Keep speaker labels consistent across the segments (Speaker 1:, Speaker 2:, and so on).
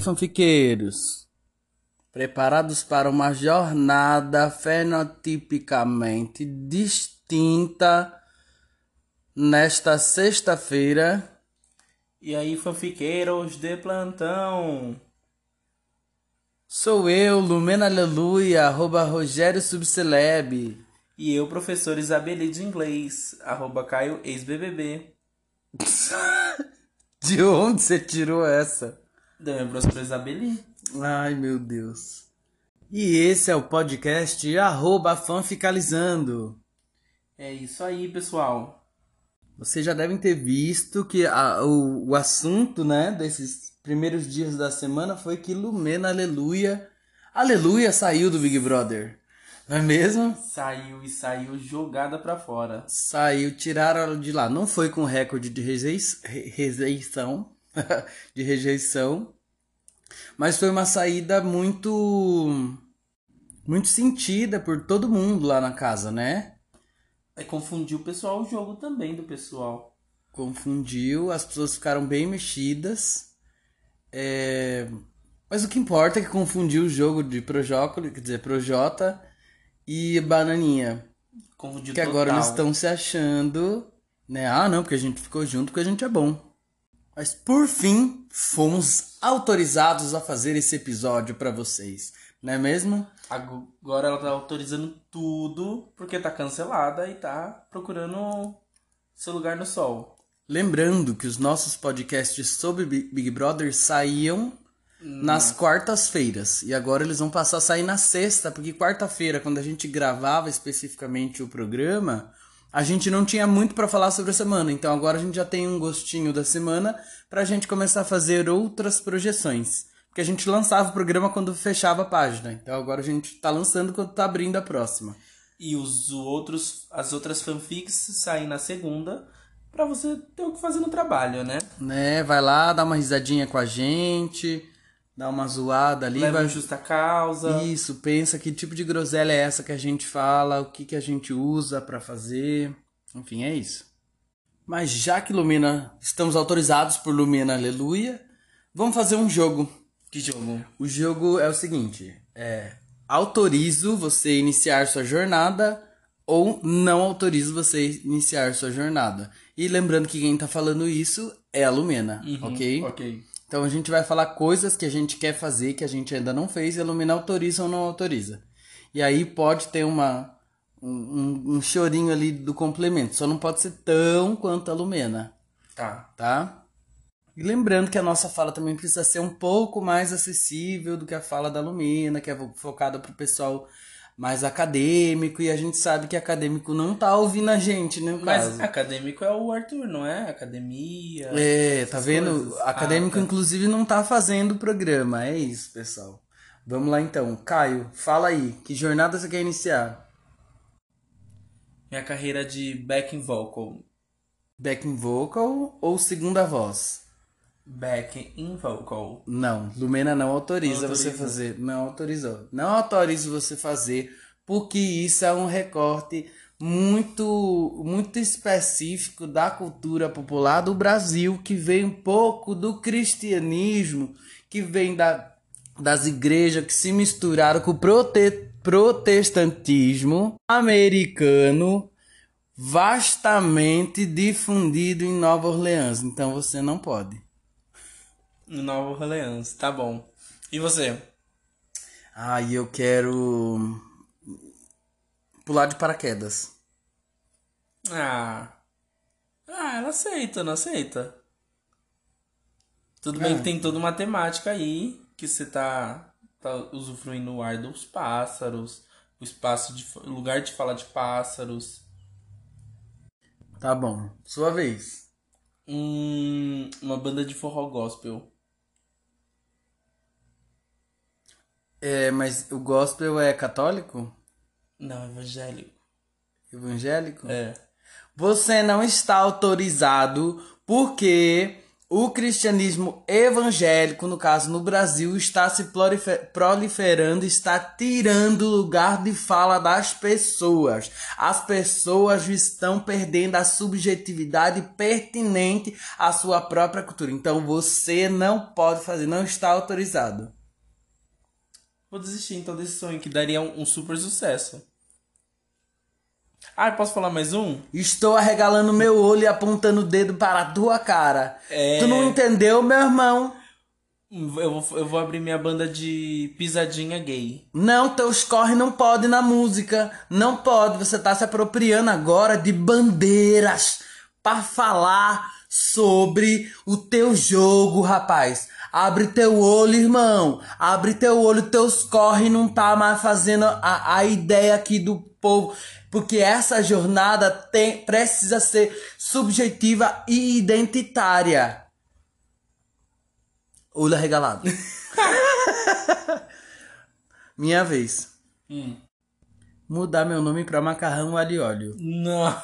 Speaker 1: fanfiqueiros, preparados para uma jornada fenotipicamente distinta nesta sexta-feira.
Speaker 2: E aí, fanfiqueiros de plantão?
Speaker 1: Sou eu, Lumena Aleluia, arroba Rogério Subceleb.
Speaker 2: E eu, professor Isabeli de inglês, arroba Caio ex-BBB.
Speaker 1: De onde você tirou essa?
Speaker 2: Da minha professora Isabeli.
Speaker 1: Ai, meu Deus. E esse é o podcast arroba fanficalizando.
Speaker 2: É isso aí, pessoal.
Speaker 1: Vocês já devem ter visto que a- o, o assunto, né, desses primeiros dias da semana foi que Lumena Aleluia, Aleluia saiu do Big Brother. Não é mesmo?
Speaker 2: Saiu e saiu jogada pra fora.
Speaker 1: Saiu, tiraram ela de lá. Não foi com recorde de rejei- re- rejeição, de rejeição, mas foi uma saída muito, muito sentida por todo mundo lá na casa, né?
Speaker 2: É, confundiu o pessoal o jogo também do pessoal.
Speaker 1: Confundiu, as pessoas ficaram bem mexidas. É, Mas o que importa é que confundiu o jogo de Projócolis, quer dizer, Projota e Bananinha.
Speaker 2: Confundiu
Speaker 1: que
Speaker 2: total.
Speaker 1: agora eles estão se achando, né? Ah, não, porque a gente ficou junto, porque a gente é bom. Mas por fim, fomos autorizados a fazer esse episódio pra vocês, não é mesmo?
Speaker 2: Agora ela tá autorizando tudo porque tá cancelada e tá procurando seu lugar no sol.
Speaker 1: Lembrando que os nossos podcasts sobre Bi- Big Brother saíam nas quartas-feiras e agora eles vão passar a sair na sexta, porque quarta-feira, quando a gente gravava especificamente o programa, a gente não tinha muito pra falar sobre a semana, então agora a gente já tem um gostinho da semana pra gente começar a fazer outras projeções. Porque a gente lançava o programa quando fechava a página. Então agora a gente tá lançando quando tá abrindo a próxima.
Speaker 2: E os outros, as outras fanfics saem na segunda pra você ter o que fazer no trabalho, né?
Speaker 1: né? Vai lá, dá uma risadinha com a gente, dá uma zoada ali,
Speaker 2: Leva um
Speaker 1: vai
Speaker 2: em justa causa.
Speaker 1: isso, pensa que tipo de groselha é essa que a gente fala, o que que a gente usa pra fazer, enfim, é isso. Mas já que Lumina, estamos autorizados por Lumina, aleluia, vamos fazer um jogo.
Speaker 2: Que jogo?
Speaker 1: O jogo é o seguinte, é autorizo você iniciar sua jornada ou não autorizo você iniciar sua jornada. E lembrando que quem tá falando isso é a Lumena,
Speaker 2: Uhum.
Speaker 1: ok?
Speaker 2: Ok.
Speaker 1: Então a gente vai falar coisas que a gente quer fazer, que a gente ainda não fez, e a Lumena autoriza ou não autoriza. E aí pode ter uma, um, um- um chorinho ali do complemento, só não pode ser tão quanto a Lumena,
Speaker 2: Tá.
Speaker 1: tá? E lembrando que a nossa fala também precisa ser um pouco mais acessível do que a fala da Lumena, que é focada pro pessoal mais acadêmico, e a gente sabe que acadêmico não tá ouvindo a gente, né? no
Speaker 2: Mas
Speaker 1: caso.
Speaker 2: acadêmico é o Arthur, não é? Academia.
Speaker 1: É, tá
Speaker 2: essas
Speaker 1: vendo?
Speaker 2: coisas.
Speaker 1: Acadêmico,
Speaker 2: Ah, tá.
Speaker 1: inclusive, não tá fazendo o programa. É isso, pessoal. Vamos lá então. Caio, fala aí. Que jornada você quer iniciar?
Speaker 2: Minha carreira de backing vocal.
Speaker 1: Backing vocal ou segunda voz?
Speaker 2: Backing vocal.
Speaker 1: Não, Lumena não autoriza,
Speaker 2: Não
Speaker 1: você
Speaker 2: autoriza.
Speaker 1: fazer. Não autorizou. Não autorizo você fazer, porque isso é um recorte muito muito específico da cultura popular do Brasil, que vem um pouco do cristianismo, que vem da, das igrejas que se misturaram com o prote- protestantismo americano vastamente difundido em Nova Orleans. Então você não pode.
Speaker 2: No Nova Orleans, tá bom. E você?
Speaker 1: Ah, e eu quero pular de paraquedas.
Speaker 2: Ah. Ah, ela aceita, não aceita? Tudo bem
Speaker 1: Ah.
Speaker 2: que tem toda uma temática aí, que você tá, tá usufruindo o ar dos pássaros, o espaço de o lugar de fala de pássaros.
Speaker 1: Tá bom, sua vez.
Speaker 2: Hum, uma banda de forró gospel.
Speaker 1: É, mas o gospel é católico?
Speaker 2: Não, evangélico.
Speaker 1: Evangélico?
Speaker 2: É.
Speaker 1: Você não está autorizado porque O cristianismo evangélico, no caso no Brasil, está se prolifer- proliferando, está tirando o lugar de fala das pessoas. As pessoas estão perdendo a subjetividade pertinente à sua própria cultura. Então você não pode fazer, não está autorizado.
Speaker 2: Vou desistir então desse sonho que daria um, um super sucesso. Ah, eu posso falar mais um?
Speaker 1: Estou arregalando meu olho e apontando o dedo para a tua cara.
Speaker 2: É.
Speaker 1: Tu não entendeu, meu irmão?
Speaker 2: Eu vou, eu vou abrir minha banda de pisadinha gay.
Speaker 1: Não, teus corre não pode na música. Não pode. Você tá se apropriando agora de bandeiras pra falar sobre o teu jogo, rapaz. Abre teu olho, irmão. Abre teu olho, teus corre não tá mais fazendo a, a ideia aqui do povo. Porque essa jornada tem, precisa ser subjetiva e identitária. Olho arregalado. Minha vez.
Speaker 2: Hum.
Speaker 1: Mudar meu nome pra Macarrão Ali Óleo.
Speaker 2: Não.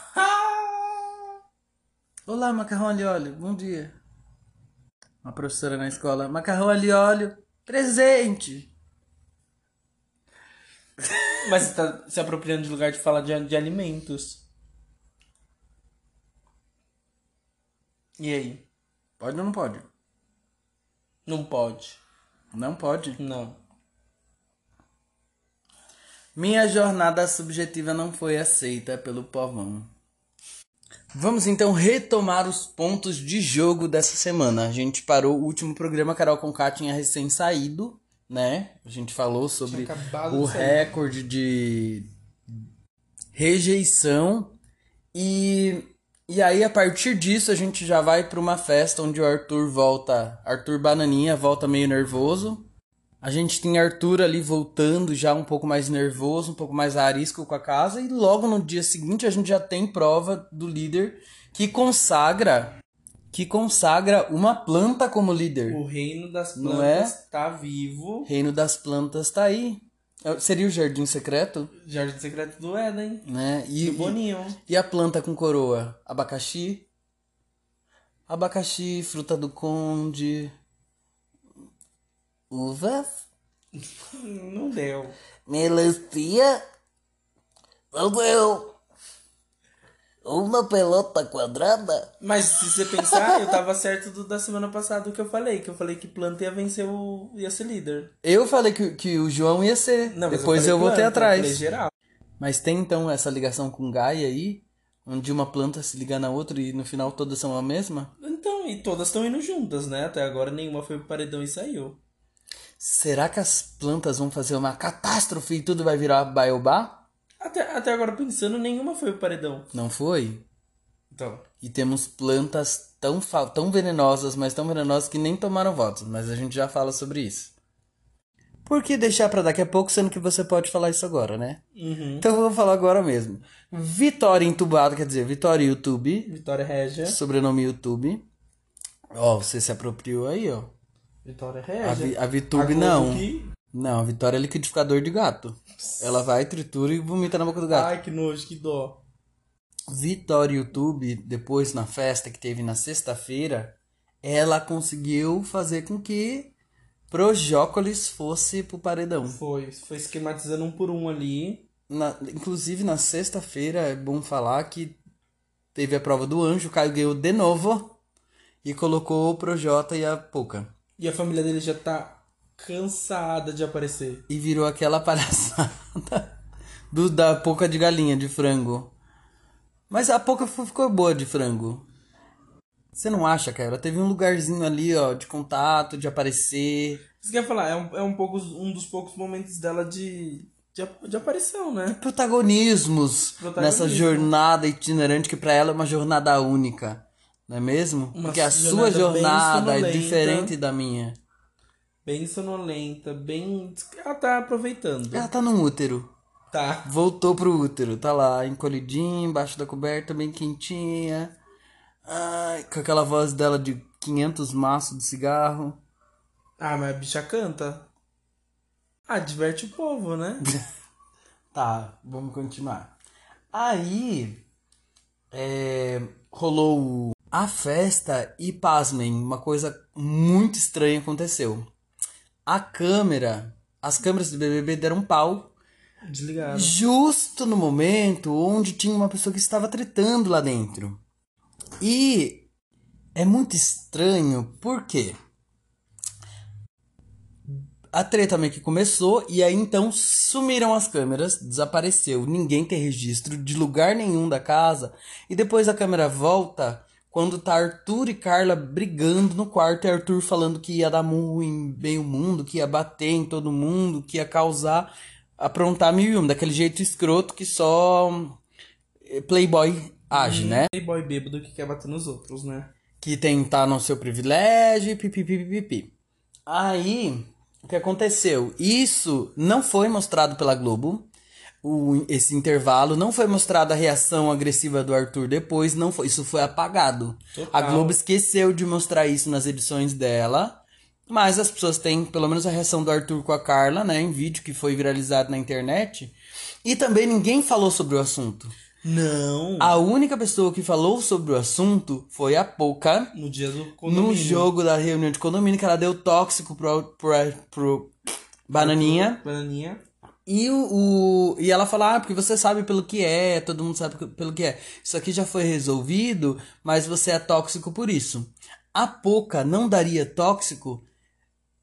Speaker 1: Olá, Macarrão Ali Óleo. Bom dia. Uma professora na escola. Macarrão Ali Óleo. Presente.
Speaker 2: Mas você tá se apropriando de lugar de falar de, de alimentos. E aí?
Speaker 1: Pode ou não pode?
Speaker 2: Não pode.
Speaker 1: Não pode.
Speaker 2: Não.
Speaker 1: Minha jornada subjetiva não foi aceita pelo povão. Vamos então retomar os pontos de jogo dessa semana. A gente parou o último programa, Carol Conká tinha recém saído, né? A gente falou sobre
Speaker 2: Tinha acabado
Speaker 1: o
Speaker 2: de sair.
Speaker 1: recorde de rejeição e e aí a partir disso a gente já vai para uma festa onde o Arthur volta, Arthur Bananinha volta meio nervoso. A gente tem Arthur ali voltando já um pouco mais nervoso, um pouco mais arisco com a casa e logo no dia seguinte a gente já tem prova do líder que consagra que consagra uma planta como líder.
Speaker 2: O reino das
Speaker 1: Não
Speaker 2: plantas tá vivo.
Speaker 1: Reino das Plantas tá aí. É- Seria o Jardim Secreto,
Speaker 2: Jardim Secreto do Éden.
Speaker 1: né? E,
Speaker 2: Do Boninho.
Speaker 1: e, e a planta com coroa? Abacaxi? Abacaxi, fruta do conde. Uva?
Speaker 2: Não deu.
Speaker 1: Melancia? Logo eu. Uma pelota quadrada?
Speaker 2: Mas se você pensar, eu tava certo do- da semana passada o que eu falei. Que eu falei que planta ia vencer o. ia ser líder.
Speaker 1: Eu falei que, que o João ia ser.
Speaker 2: Não, mas
Speaker 1: Depois
Speaker 2: falei
Speaker 1: eu, voltei
Speaker 2: planta,
Speaker 1: atrás.
Speaker 2: Eu falei geral.
Speaker 1: Mas tem então essa ligação com Gaia aí, onde uma planta se liga na outra e no final todas são a mesma?
Speaker 2: Então, e todas estão indo juntas, né? Até agora nenhuma foi pro paredão e saiu.
Speaker 1: Será que as plantas vão fazer uma catástrofe e tudo vai virar baobá?
Speaker 2: Até, até agora pensando, nenhuma foi pro paredão.
Speaker 1: Não foi?
Speaker 2: Então.
Speaker 1: E temos plantas tão, fa- tão venenosas, mas tão venenosas que nem tomaram votos, mas a gente já fala sobre isso. Por que deixar pra daqui a pouco, sendo que você pode falar isso agora, né?
Speaker 2: Uhum.
Speaker 1: Então eu vou falar agora mesmo. Vitória entubada, quer dizer, Vitória YouTube,
Speaker 2: Vitória Régia.
Speaker 1: sobrenome YouTube. Ó, você se apropriou aí, ó.
Speaker 2: Vitória
Speaker 1: A,
Speaker 2: Régia.
Speaker 1: vi, a
Speaker 2: A
Speaker 1: VTube
Speaker 2: Globo
Speaker 1: não.
Speaker 2: que-
Speaker 1: Não, a Vitória é liquidificador de gato. Ela vai, tritura e vomita na boca do gato.
Speaker 2: Ai, que nojo, que dó.
Speaker 1: Vitória YouTube, depois na festa que teve na sexta-feira, ela conseguiu fazer com que Projócolis fosse pro paredão.
Speaker 2: Foi, foi esquematizando um por um ali.
Speaker 1: Na- inclusive na sexta-feira, é bom falar que teve a prova do anjo, o Caio ganhou de novo e colocou o Projota e a Pouca.
Speaker 2: E a família dele já tá cansada de aparecer.
Speaker 1: E virou aquela palhaçada do, da pouca de galinha, de frango. Mas a pouca fi- ficou boa de frango. Você não acha, cara? Ela teve um lugarzinho ali, ó, de contato, de aparecer.
Speaker 2: Isso que eu ia falar, é um, é um, pouco, um dos poucos momentos dela de, de, ap- de aparição, né?
Speaker 1: Protagonismos nessa
Speaker 2: Protagonismo.
Speaker 1: jornada itinerante que pra ela é uma jornada única. Não é mesmo?
Speaker 2: Uma
Speaker 1: Porque a sua
Speaker 2: jornada bem
Speaker 1: jornada é
Speaker 2: sonolenta.
Speaker 1: diferente da minha.
Speaker 2: Bem sonolenta, bem. Ela tá aproveitando.
Speaker 1: Ela tá num útero.
Speaker 2: Tá.
Speaker 1: Voltou pro útero, tá lá, encolhidinha, embaixo da coberta, bem quentinha. Ai, com aquela voz dela de 500 maços de cigarro.
Speaker 2: Ah, mas a bicha canta. Ah, diverte o povo, né?
Speaker 1: Tá, vamos continuar. Aí, é, rolou o A festa, e pasmem, uma coisa muito estranha aconteceu. A câmera, as câmeras do BBB deram um pau
Speaker 2: Desligaram.
Speaker 1: Justo no momento onde tinha uma pessoa que estava tretando lá dentro. E é muito estranho porque a treta meio que começou e aí então sumiram as câmeras, desapareceu, ninguém tem registro de lugar nenhum da casa e depois a câmera volta quando tá Arthur e Carla brigando no quarto e Arthur falando que ia dar murro em bem o mundo, que ia bater em todo mundo, que ia causar aprontar mil e um, daquele jeito escroto que só hum, playboy age,
Speaker 2: Hum,
Speaker 1: né?
Speaker 2: Playboy bêbado que quer bater nos outros, né?
Speaker 1: Que tentar no seu privilégio, e pipipipipi. Aí, o que aconteceu? Isso não foi mostrado pela Globo. O, esse intervalo não foi mostrada a reação agressiva do Arthur depois, não foi, isso foi apagado.
Speaker 2: Total.
Speaker 1: A Globo esqueceu de mostrar isso nas edições dela, mas as pessoas têm pelo menos a reação do Arthur com a Carla, né, em vídeo que foi viralizado na internet. E também ninguém falou sobre o assunto.
Speaker 2: Não.
Speaker 1: A única pessoa que falou sobre o assunto foi a Pouca
Speaker 2: No dia do
Speaker 1: no
Speaker 2: condomínio.
Speaker 1: jogo da reunião de condomínio que ela deu tóxico pro, pro, pro Bananinha.
Speaker 2: Bananinha.
Speaker 1: E, o, o- e ela fala, ah, porque você sabe pelo que é, todo mundo sabe que- pelo que é. Isso aqui já foi resolvido, mas você é tóxico por isso. A Poca não daria tóxico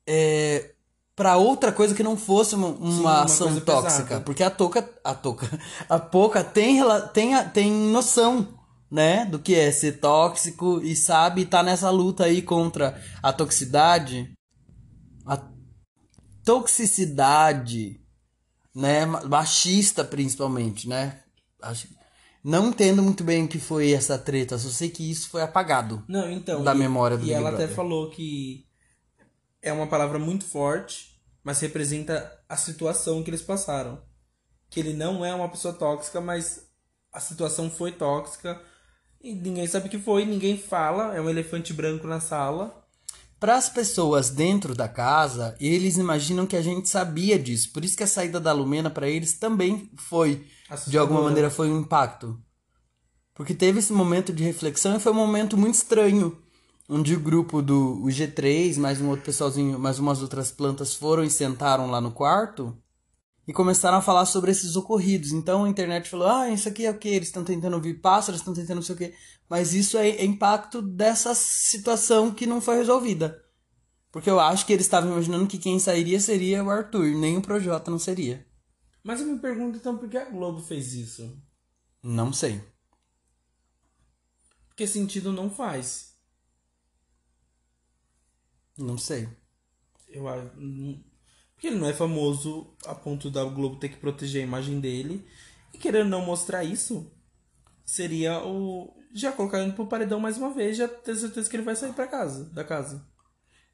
Speaker 1: é, para outra coisa que não fosse uma, uma
Speaker 2: uma
Speaker 1: ação
Speaker 2: coisa
Speaker 1: tóxica.
Speaker 2: pesada.
Speaker 1: Porque a Toca, a Toca, a Poca tem, rela- tem, a- tem noção, né, do que é ser tóxico e sabe, tá nessa luta aí contra a toxicidade. A toxicidade né, ma- machista principalmente, né? Acho- Não entendo muito bem o que foi essa treta, só sei que isso foi apagado.
Speaker 2: Não, então.
Speaker 1: Da
Speaker 2: e,
Speaker 1: memória do
Speaker 2: E
Speaker 1: Big
Speaker 2: ela até
Speaker 1: Brother.
Speaker 2: falou que é uma palavra muito forte, mas representa a situação que eles passaram. Que ele não é uma pessoa tóxica, mas a situação foi tóxica. E ninguém sabe o que foi, ninguém fala. É um elefante branco na sala.
Speaker 1: Para as pessoas dentro da casa, eles imaginam que a gente sabia disso, por isso que a saída da Lumena para eles também foi, de alguma
Speaker 2: Assustadora.
Speaker 1: maneira, foi um impacto. Porque teve esse momento de reflexão e foi um momento muito estranho. Onde o grupo do o G3, mais um outro pessoalzinho, mais umas outras plantas foram e sentaram lá no quarto e começaram a falar sobre esses ocorridos. Então a internet falou: ah, isso aqui é o que? Eles estão tentando ouvir pássaros, estão tentando não sei o quê. Mas isso é, é impacto dessa situação que não foi resolvida. Porque eu acho que eles estavam imaginando que quem sairia seria o Arthur, nem o Projota não seria.
Speaker 2: Mas eu me pergunto então por que a Globo fez isso?
Speaker 1: Não sei.
Speaker 2: Porque sentido não faz.
Speaker 1: Não sei.
Speaker 2: Eu acho. não- Porque ele não é famoso a ponto da Globo ter que proteger a imagem dele. E querendo não mostrar isso, seria o. Já colocar ele pro paredão mais uma vez, já ter certeza que ele vai sair pra casa, da casa.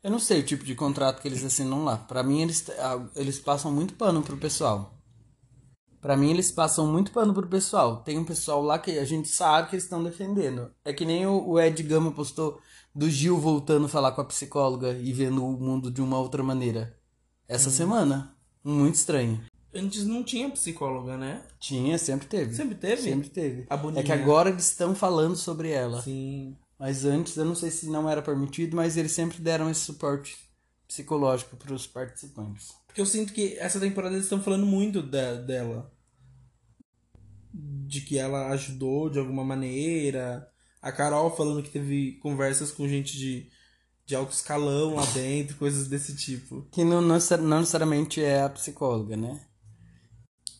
Speaker 1: Eu não sei o tipo de contrato que eles assinam lá. Pra mim, eles, ah, eles passam muito pano pro pessoal. Pra mim, eles passam muito pano pro pessoal. Tem um pessoal lá que a gente sabe que eles estão defendendo. É que nem o o Ed Gama postou do Gil voltando a falar com a psicóloga e vendo o mundo de uma outra maneira.
Speaker 2: Hum.
Speaker 1: Essa semana. Muito estranho.
Speaker 2: Antes não tinha psicóloga, né?
Speaker 1: Tinha, sempre teve.
Speaker 2: Sempre teve?
Speaker 1: Sempre teve.
Speaker 2: A Boninha.
Speaker 1: É que agora eles estão falando sobre ela.
Speaker 2: Sim.
Speaker 1: Mas antes, eu não sei se não era permitido, mas eles sempre deram esse suporte psicológico para os participantes.
Speaker 2: Porque eu sinto que essa temporada eles estão falando muito da- dela. De que ela ajudou de alguma maneira. A Carol falando que teve conversas com gente de, de alto escalão lá dentro, coisas desse tipo.
Speaker 1: Que não, não necessar- não necessariamente é a psicóloga, né?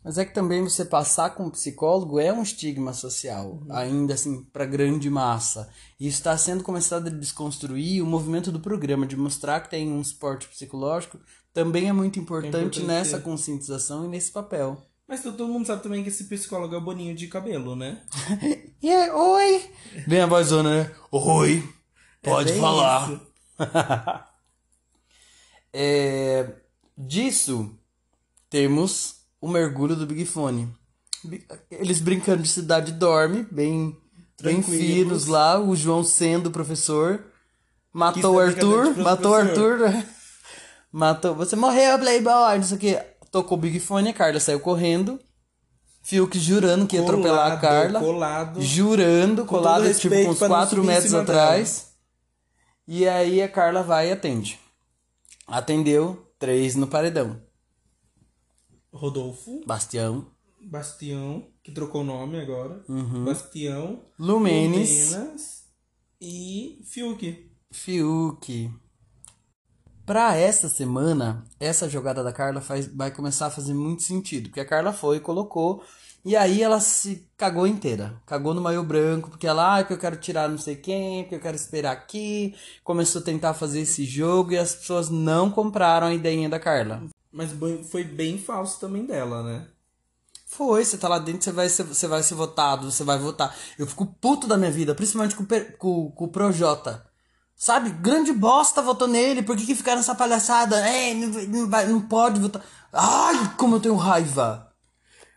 Speaker 1: Mas é que também você passar com um psicólogo é um estigma social,
Speaker 2: Uhum.
Speaker 1: ainda assim, para grande massa. E isso está sendo começado a desconstruir o movimento do programa, de mostrar que tem um suporte psicológico, também é muito importante
Speaker 2: importante
Speaker 1: nessa
Speaker 2: ter.
Speaker 1: conscientização e nesse papel.
Speaker 2: Mas todo mundo sabe também que esse psicólogo é o boninho de cabelo, né?
Speaker 1: E
Speaker 2: é,
Speaker 1: aí, oi! Vem a vozona, né? Oi! Pode
Speaker 2: É bem
Speaker 1: falar!
Speaker 2: isso.
Speaker 1: É, disso, temos o mergulho do Big Fone. Bi- Eles brincando de cidade dorme, bem, bem
Speaker 2: Tranquilos.
Speaker 1: finos lá. O João sendo o professor. Matou o
Speaker 2: Quis dar brincadeira
Speaker 1: Arthur.
Speaker 2: de
Speaker 1: Matou o
Speaker 2: professor.
Speaker 1: Arthur. né? Matou. Você morreu, Playboy! Não sei o que. Tocou o Big Fone, a Carla saiu correndo. Fiuk jurando que ia atropelar a
Speaker 2: Colado,
Speaker 1: Carla.
Speaker 2: Colado.
Speaker 1: Jurando, colado,
Speaker 2: todo
Speaker 1: tipo, com
Speaker 2: respeito,
Speaker 1: uns
Speaker 2: pra não
Speaker 1: 4
Speaker 2: subir em
Speaker 1: metros
Speaker 2: cima
Speaker 1: atrás. E aí a Carla vai e atende. Atendeu, três no paredão.
Speaker 2: Rodolfo.
Speaker 1: Bastião,
Speaker 2: Bastião, que trocou o nome agora.
Speaker 1: Uhum.
Speaker 2: Bastião.
Speaker 1: Lumenes,
Speaker 2: Lumenas E Fiuk.
Speaker 1: Fiuk. Pra essa semana, essa jogada da Carla faz, vai começar a fazer muito sentido. Porque a Carla foi, colocou, e aí ela se cagou inteira. Cagou no maiô branco, porque ela, ah, porque eu quero tirar não sei quem, porque eu quero esperar aqui. Começou a tentar fazer esse jogo e as pessoas não compraram a ideinha da Carla.
Speaker 2: Mas bem- foi bem falso também dela, né?
Speaker 1: Foi, você tá lá dentro, você vai ser, você vai ser votado, você vai votar. Eu fico puto da minha vida, principalmente com, o Per- com, com o Projota. Sabe? Grande bosta votou nele, por que, que ficaram essa palhaçada? É, não, vai- não, vai- não pode votar. Ai, como eu tenho raiva!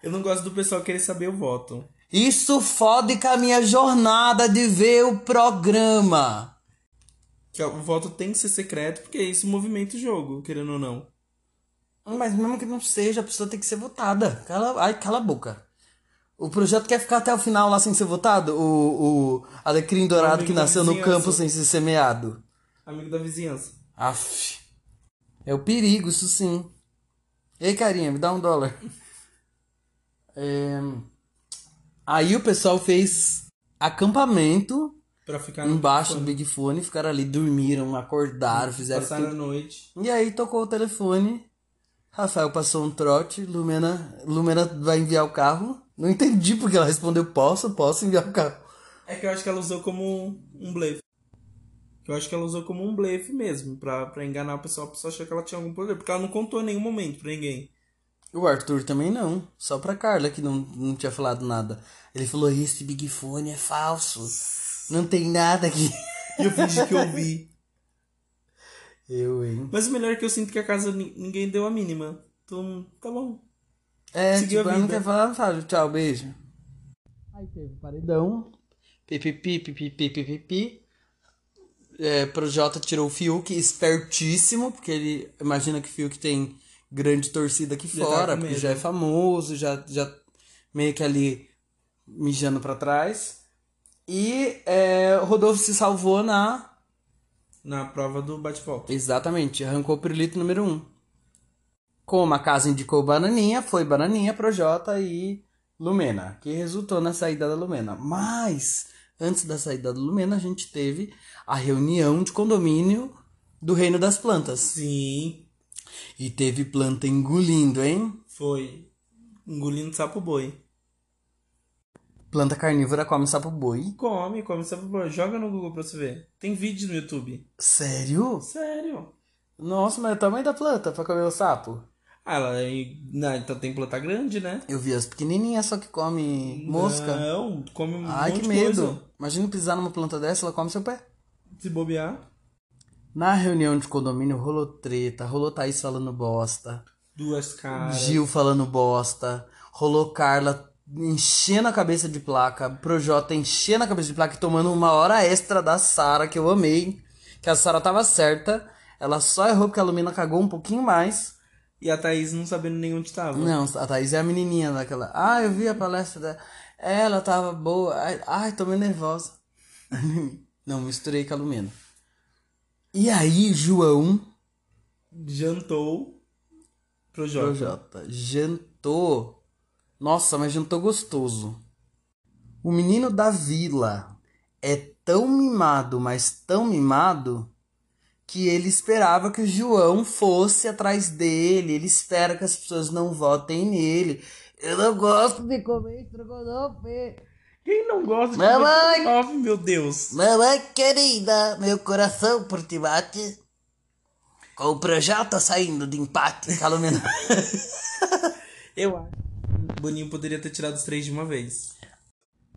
Speaker 2: Eu não gosto do pessoal querer saber o voto.
Speaker 1: Isso fode com a minha jornada de ver o programa.
Speaker 2: Que O voto tem que ser secreto, porque isso movimenta o jogo, querendo ou não.
Speaker 1: Mas mesmo que não seja, a pessoa tem que ser votada. Cala, ai, cala a boca. O projeto quer ficar até o final lá sem ser votado? O, o Alecrim Dourado que
Speaker 2: Amigo da
Speaker 1: nasceu no
Speaker 2: vizinhança.
Speaker 1: campo sem ser semeado.
Speaker 2: Amigo da vizinhança.
Speaker 1: Aff. É o perigo, isso sim. Ei, carinha, me dá um dólar. É, Aí o pessoal fez acampamento
Speaker 2: Pra ficar no
Speaker 1: embaixo do Big Fone, ficaram ali, dormiram, acordaram, fizeram
Speaker 2: Passaram a
Speaker 1: tudo.
Speaker 2: noite.
Speaker 1: E aí tocou o telefone. Rafael passou um trote, Lumena, Lumena vai enviar o carro. Não entendi porque ela respondeu: posso, posso enviar o carro.
Speaker 2: É que eu acho que ela usou como um blefe. Eu acho que ela usou como um blefe mesmo, pra, pra enganar o pessoal. O pessoal achou que ela tinha algum poder, porque ela não contou em nenhum momento pra ninguém.
Speaker 1: O Arthur também não. Só pra Carla que não, não tinha falado nada. Ele falou: esse Big Fone é falso. Não tem nada aqui.
Speaker 2: E eu fingi que ouvi.
Speaker 1: Eu, hein?
Speaker 2: Mas o melhor é que eu sinto que a casa ni- ninguém deu a mínima. Então, tá bom.
Speaker 1: É,
Speaker 2: Seguiu
Speaker 1: tipo,
Speaker 2: a
Speaker 1: ela não
Speaker 2: vida.
Speaker 1: quer falar, não sabe? Tchau, beijo. Aí teve paredão. Pipipi, pipipi, pipipi. É, Projota tirou o Fiuk, espertíssimo, porque ele imagina que o Fiuk tem grande torcida aqui
Speaker 2: tá
Speaker 1: fora,
Speaker 2: com
Speaker 1: porque
Speaker 2: medo.
Speaker 1: já é famoso, já, já meio que ali mijando pra trás. E é, o Rodolfo se salvou na.
Speaker 2: Na prova do bate-volta.
Speaker 1: Exatamente, arrancou o pirulito número 1. Um. Como a casa indicou Bananinha, foi Bananinha, Projota e Lumena, que resultou na saída da Lumena. Mas, antes da saída da Lumena, a gente teve a reunião de condomínio do Reino das Plantas.
Speaker 2: Sim,
Speaker 1: E teve planta engolindo, hein?
Speaker 2: foi. Engolindo sapo boi.
Speaker 1: Planta carnívora come sapo boi.
Speaker 2: Come, come sapo boi. Joga no Google pra você ver. Tem vídeo no YouTube.
Speaker 1: Sério?
Speaker 2: Sério?
Speaker 1: Nossa, mas é o tamanho da planta pra comer o sapo.
Speaker 2: Ah, ela é- na- então tem planta grande, né?
Speaker 1: Eu vi as pequenininhas só que come mosca.
Speaker 2: Não, come um
Speaker 1: Ai,
Speaker 2: monte
Speaker 1: que
Speaker 2: de
Speaker 1: medo.
Speaker 2: coisa.
Speaker 1: Imagina pisar numa planta dessa, ela come seu pé.
Speaker 2: Se bobear,
Speaker 1: Na reunião de condomínio rolou treta, rolou Thaís falando bosta,
Speaker 2: duas caras.
Speaker 1: Gil falando bosta, rolou Carla enchendo a cabeça de placa, Projota enchendo a cabeça de placa e tomando uma hora extra da Sara, que eu amei, que a Sara tava certa, ela só errou porque a Lumina cagou um pouquinho mais.
Speaker 2: E a Thaís não sabendo nem onde tava.
Speaker 1: Não, a Thaís é a menininha daquela. Ah, eu vi a palestra dela. Ela tava boa. Ai, ai tô meio nervosa. Não, misturei com a Lumina. E aí, João
Speaker 2: Jantou pro Jorge.
Speaker 1: Projota. Jantou. Nossa, mas jantou gostoso. O menino da vila é tão mimado, mas tão mimado, que ele esperava que o João fosse atrás dele. Ele espera que as pessoas não votem nele. Eu não gosto de comer estrogonofe.
Speaker 2: Quem não gosta de
Speaker 1: Mamãe!
Speaker 2: comer estrogonofe, meu Deus?
Speaker 1: Mamãe querida, meu coração por te bate. Com o Projota saindo de empate, calumina.
Speaker 2: Eu acho. Boninho poderia ter tirado os três de uma vez.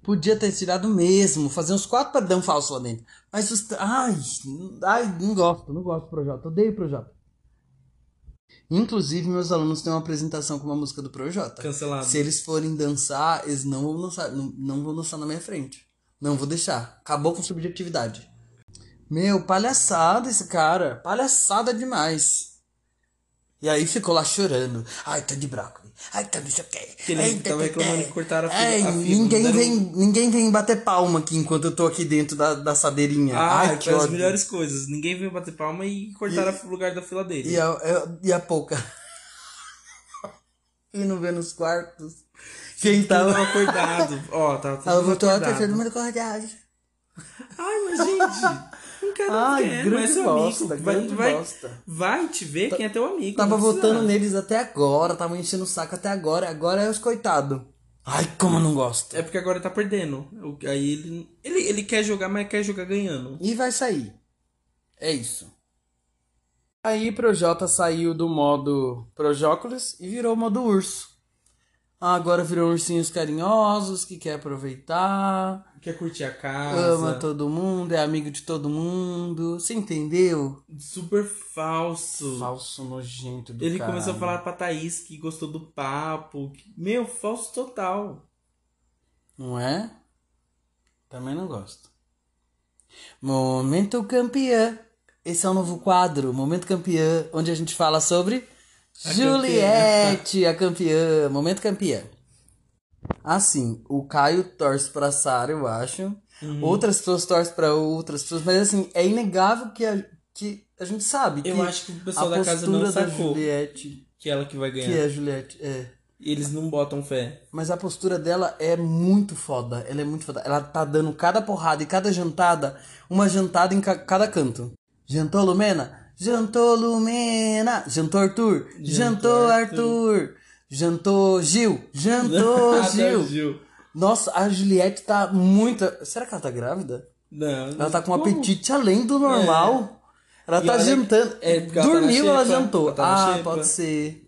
Speaker 1: Podia ter tirado mesmo, fazer uns quatro paredão falso lá dentro. Mas os. tra- Ai, n- ai, não gosto, não gosto do Projota, odeio o Projota. Inclusive, meus alunos têm uma apresentação com uma música do Projota.
Speaker 2: Cancelado.
Speaker 1: Se eles forem dançar, eles não vão dançar, não, não vão dançar na minha frente. Não vou deixar. Acabou com subjetividade. Meu, palhaçada esse cara. Palhaçada demais. E aí ficou lá chorando. Ai, tá de brócolis. Ai, tá não sei o quê.
Speaker 2: Que ele
Speaker 1: Ai, tá,
Speaker 2: tava
Speaker 1: tá,
Speaker 2: reclamando
Speaker 1: tá.
Speaker 2: que cortaram a fibra-
Speaker 1: Ai,
Speaker 2: a fibra,
Speaker 1: ninguém,
Speaker 2: não deram- um
Speaker 1: vem, ninguém vem bater palma aqui enquanto eu tô aqui dentro da, da sadeirinha.
Speaker 2: Ah,
Speaker 1: É. Ai, que
Speaker 2: foi as
Speaker 1: ódio.
Speaker 2: melhores coisas. Ninguém veio bater palma e cortaram o lugar da fila dele.
Speaker 1: E a, eu- e a pouca. e não vê nos quartos. Quem
Speaker 2: Tava
Speaker 1: tava.
Speaker 2: acordado. Ó, tava todo
Speaker 1: Ela
Speaker 2: mundo
Speaker 1: voltou lá
Speaker 2: acordado.
Speaker 1: terceira do cordiagem.
Speaker 2: Ai, mas gente, não quero
Speaker 1: Ai,
Speaker 2: quer,
Speaker 1: grande
Speaker 2: mas é seu
Speaker 1: bosta,
Speaker 2: amigo. Vai,
Speaker 1: grande
Speaker 2: vai,
Speaker 1: bosta.
Speaker 2: vai te ver quem é teu amigo.
Speaker 1: Tava
Speaker 2: não precisa.
Speaker 1: votando neles até agora, tava enchendo o saco até agora. Agora é os coitados. Ai, como eu não gosto.
Speaker 2: É porque agora tá perdendo. O- Aí ele, ele, ele quer jogar, mas quer jogar ganhando.
Speaker 1: E vai sair. É isso. Aí Projota saiu do modo Projócolis e virou o modo urso. Ah, Agora virou ursinhos carinhosos que quer aproveitar.
Speaker 2: Quer curtir a casa.
Speaker 1: Ama todo mundo, é amigo de todo mundo. Você entendeu?
Speaker 2: Super falso.
Speaker 1: Falso nojento do
Speaker 2: Ele
Speaker 1: caralho.
Speaker 2: começou a falar pra Thaís que gostou do papo. que- Meu, falso total.
Speaker 1: Não é? Também não gosto. Momento campeã. Esse é o novo quadro, Momento Campeã, onde a gente fala sobre
Speaker 2: A
Speaker 1: Juliette, a campeã. Momento campeã. Assim, o Caio torce pra Sara, eu acho.
Speaker 2: Uhum.
Speaker 1: Outras pessoas torcem pra outras pessoas, mas assim, é inegável que a, que a gente sabe
Speaker 2: Eu
Speaker 1: que
Speaker 2: acho que o pessoal
Speaker 1: a
Speaker 2: da casa não
Speaker 1: postura da
Speaker 2: sacou
Speaker 1: Juliette,
Speaker 2: que ela que vai
Speaker 1: que
Speaker 2: ganhar.
Speaker 1: é a Juliette, é.
Speaker 2: E eles não botam fé.
Speaker 1: Mas a postura dela é muito foda. Ela é muito foda. Ela tá dando cada porrada e cada jantada, uma jantada em ca- cada canto. Jantou Lumena? Jantou Lumena! Jantou Arthur? Jantou, Arthur. Jantou Gil? Jantou
Speaker 2: Até o
Speaker 1: Gil! Nossa, a Juliette tá muito. Será que ela tá grávida?
Speaker 2: Não.
Speaker 1: Ela tá com um
Speaker 2: como?
Speaker 1: apetite além do normal. Ela
Speaker 2: E
Speaker 1: tá
Speaker 2: olha-
Speaker 1: jantando.
Speaker 2: é, porque ela tá na
Speaker 1: Dormiu, ela
Speaker 2: xepa,
Speaker 1: jantou.
Speaker 2: ela tá na
Speaker 1: ah,
Speaker 2: xepa.
Speaker 1: pode ser.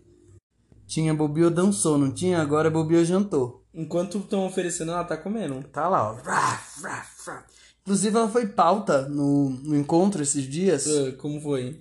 Speaker 1: Tinha Bobio dançou, não tinha? Agora Bobio jantou.
Speaker 2: Enquanto estão oferecendo, ela tá comendo.
Speaker 1: Tá lá, ó. Rá, rá, rá. Inclusive, ela foi pauta no, no encontro esses dias,
Speaker 2: Ah, Como foi?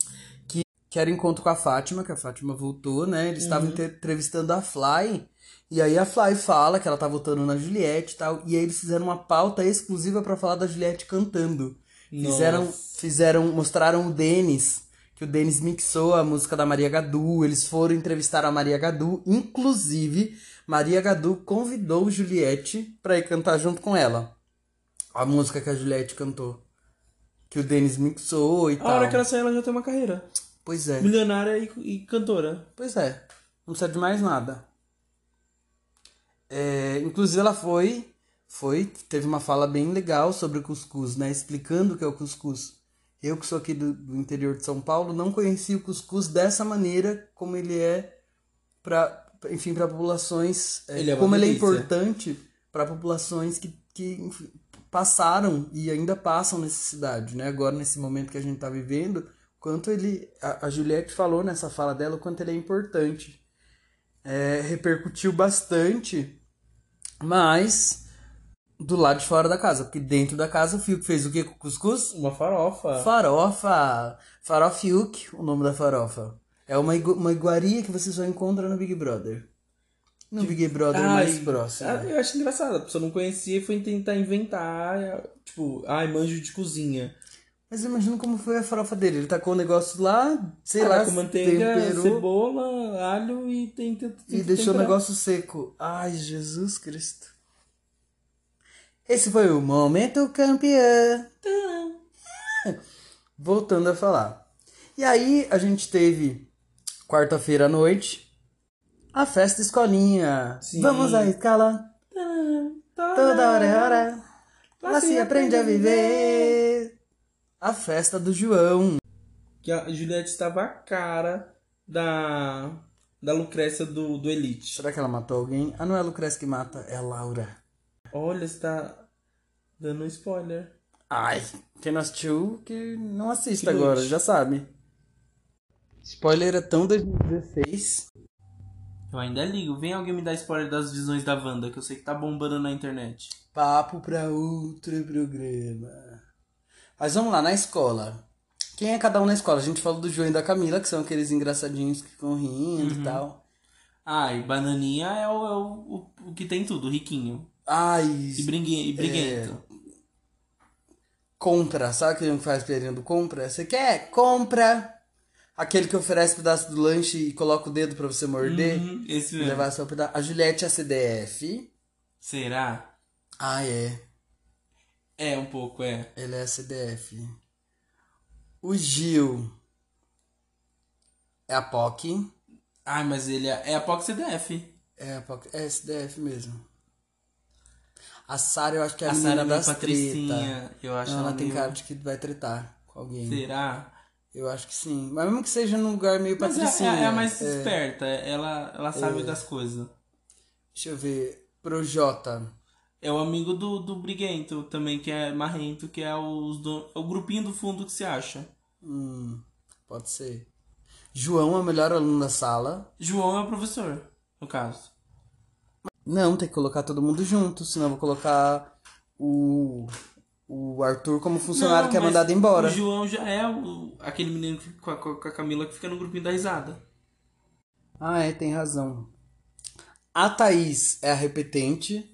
Speaker 1: que, que era encontro com a Fátima, que a Fátima voltou, né? Eles estavam entre- entrevistando a Fly. E aí a Fly fala que ela tá votando na Juliette e tal. E aí eles fizeram uma pauta exclusiva pra falar da Juliette cantando. Fizeram, fizeram, mostraram o Denis, que o Denis mixou a música da Maria Gadu, eles foram entrevistar a Maria Gadu, inclusive Maria Gadu convidou Juliette pra ir cantar junto com ela. A música que a Juliette cantou, que o Denis mixou e
Speaker 2: A
Speaker 1: tal.
Speaker 2: hora que ela sair, ela já tem uma carreira.
Speaker 1: Pois é.
Speaker 2: Milionária e, e cantora.
Speaker 1: Pois é, não precisa de mais nada. É, inclusive ela foi, foi, teve uma fala bem legal sobre o cuscuz, né? Explicando o que é o cuscuz. Eu que sou aqui do, do interior de São Paulo não conheci o cuscuz dessa maneira como ele é para, enfim, para populações, é,
Speaker 2: Ele é uma
Speaker 1: como ele é
Speaker 2: delícia.
Speaker 1: importante para populações que, que enfim, passaram e ainda passam necessidade, né? Agora nesse momento que a gente está vivendo, quanto ele, a, a Juliette falou nessa fala dela, o quanto ele é importante, É, repercutiu bastante, mas do lado de fora da casa, porque dentro da casa o Fiuk fez o que com o cuscuz?
Speaker 2: Uma farofa.
Speaker 1: Farofa. Farofiuk, o nome da farofa. É uma, igu- uma iguaria que você só encontra no Big Brother. No Big Brother
Speaker 2: Ai,
Speaker 1: mais próximo.
Speaker 2: ah, Eu acho engraçado. A pessoa não conhecia e foi tentar inventar. é, Tipo, ai, manjo de cozinha.
Speaker 1: Mas eu imagino como foi a farofa dele. Ele tacou o negócio lá, sei lá,
Speaker 2: Ah, com manteiga,
Speaker 1: temperou
Speaker 2: cebola, alho e tenta. tenta
Speaker 1: e deixou o
Speaker 2: temperar.
Speaker 1: negócio seco. Ai, Jesus Cristo. Esse foi o Momento Campeã. Ah, Voltando a falar. E aí, a gente teve quarta-feira à noite a festa escolinha.
Speaker 2: Sim.
Speaker 1: Vamos à escala.
Speaker 2: Ah, tá
Speaker 1: Toda hora é hora. Lá se aprende a viver. A festa do João.
Speaker 2: Que a Juliette estava a cara da. Da Lucrécia do, do Elite.
Speaker 1: Será que ela matou alguém? Ah, não é a Lucrécia que mata, é a Laura.
Speaker 2: Olha, você tá dando um spoiler.
Speaker 1: Ai, quem não assistiu, que não assista
Speaker 2: Que lute.
Speaker 1: agora, já sabe. Spoiler é tão 2016.
Speaker 2: Eu ainda ligo. Vem alguém me dar spoiler das visões da Wanda, que eu sei que tá bombando na internet.
Speaker 1: Papo pra outro programa. Mas vamos lá, na escola. Quem é cada um na escola? A gente falou do João e da Camila, que são aqueles engraçadinhos que ficam rindo e tal.
Speaker 2: Ah, e bananinha é o, é o, o, o que tem tudo, riquinho.
Speaker 1: Ai,
Speaker 2: E, bringue, e briguento.
Speaker 1: É, compra. Sabe aquele que faz piadinha do compra? Você quer? Compra! Aquele que oferece pedaço do lanche e coloca o dedo pra você morder.
Speaker 2: Uhum, esse
Speaker 1: e
Speaker 2: mesmo.
Speaker 1: Levar seu pedaço. A Juliette é CDF.
Speaker 2: Será?
Speaker 1: Ah, é.
Speaker 2: É, um pouco, é.
Speaker 1: Ele é CDF. O Gil. É a POC.
Speaker 2: Ai, mas ele é, é a POC CDF.
Speaker 1: É a POC. É CDF mesmo. A Sara, eu acho que é a,
Speaker 2: A
Speaker 1: menina
Speaker 2: Sara é meio
Speaker 1: das treta.
Speaker 2: patricinha. Eu acho
Speaker 1: Não, ela tem
Speaker 2: meio-
Speaker 1: cara de que vai tretar com alguém.
Speaker 2: Será?
Speaker 1: Eu acho que sim. Mas mesmo que seja num lugar meio
Speaker 2: Mas é,
Speaker 1: patricinha. É.
Speaker 2: é- é a mais esperta. Ela, ela sabe das coisas.
Speaker 1: Deixa eu ver. Projota.
Speaker 2: É o amigo do, do Briguento também, que é marrento, que é, os do, é o grupinho do fundo que se acha.
Speaker 1: Hum, pode ser. João é o melhor aluno da sala.
Speaker 2: João é o professor, no caso.
Speaker 1: Não, tem que colocar todo mundo junto, senão eu vou colocar o, o Arthur como funcionário
Speaker 2: Não,
Speaker 1: que é
Speaker 2: mas
Speaker 1: mandado embora.
Speaker 2: O João já é o- aquele menino que- com, a, com a Camila que fica no grupinho da risada.
Speaker 1: Ah, é, tem razão. A Thaís é a repetente,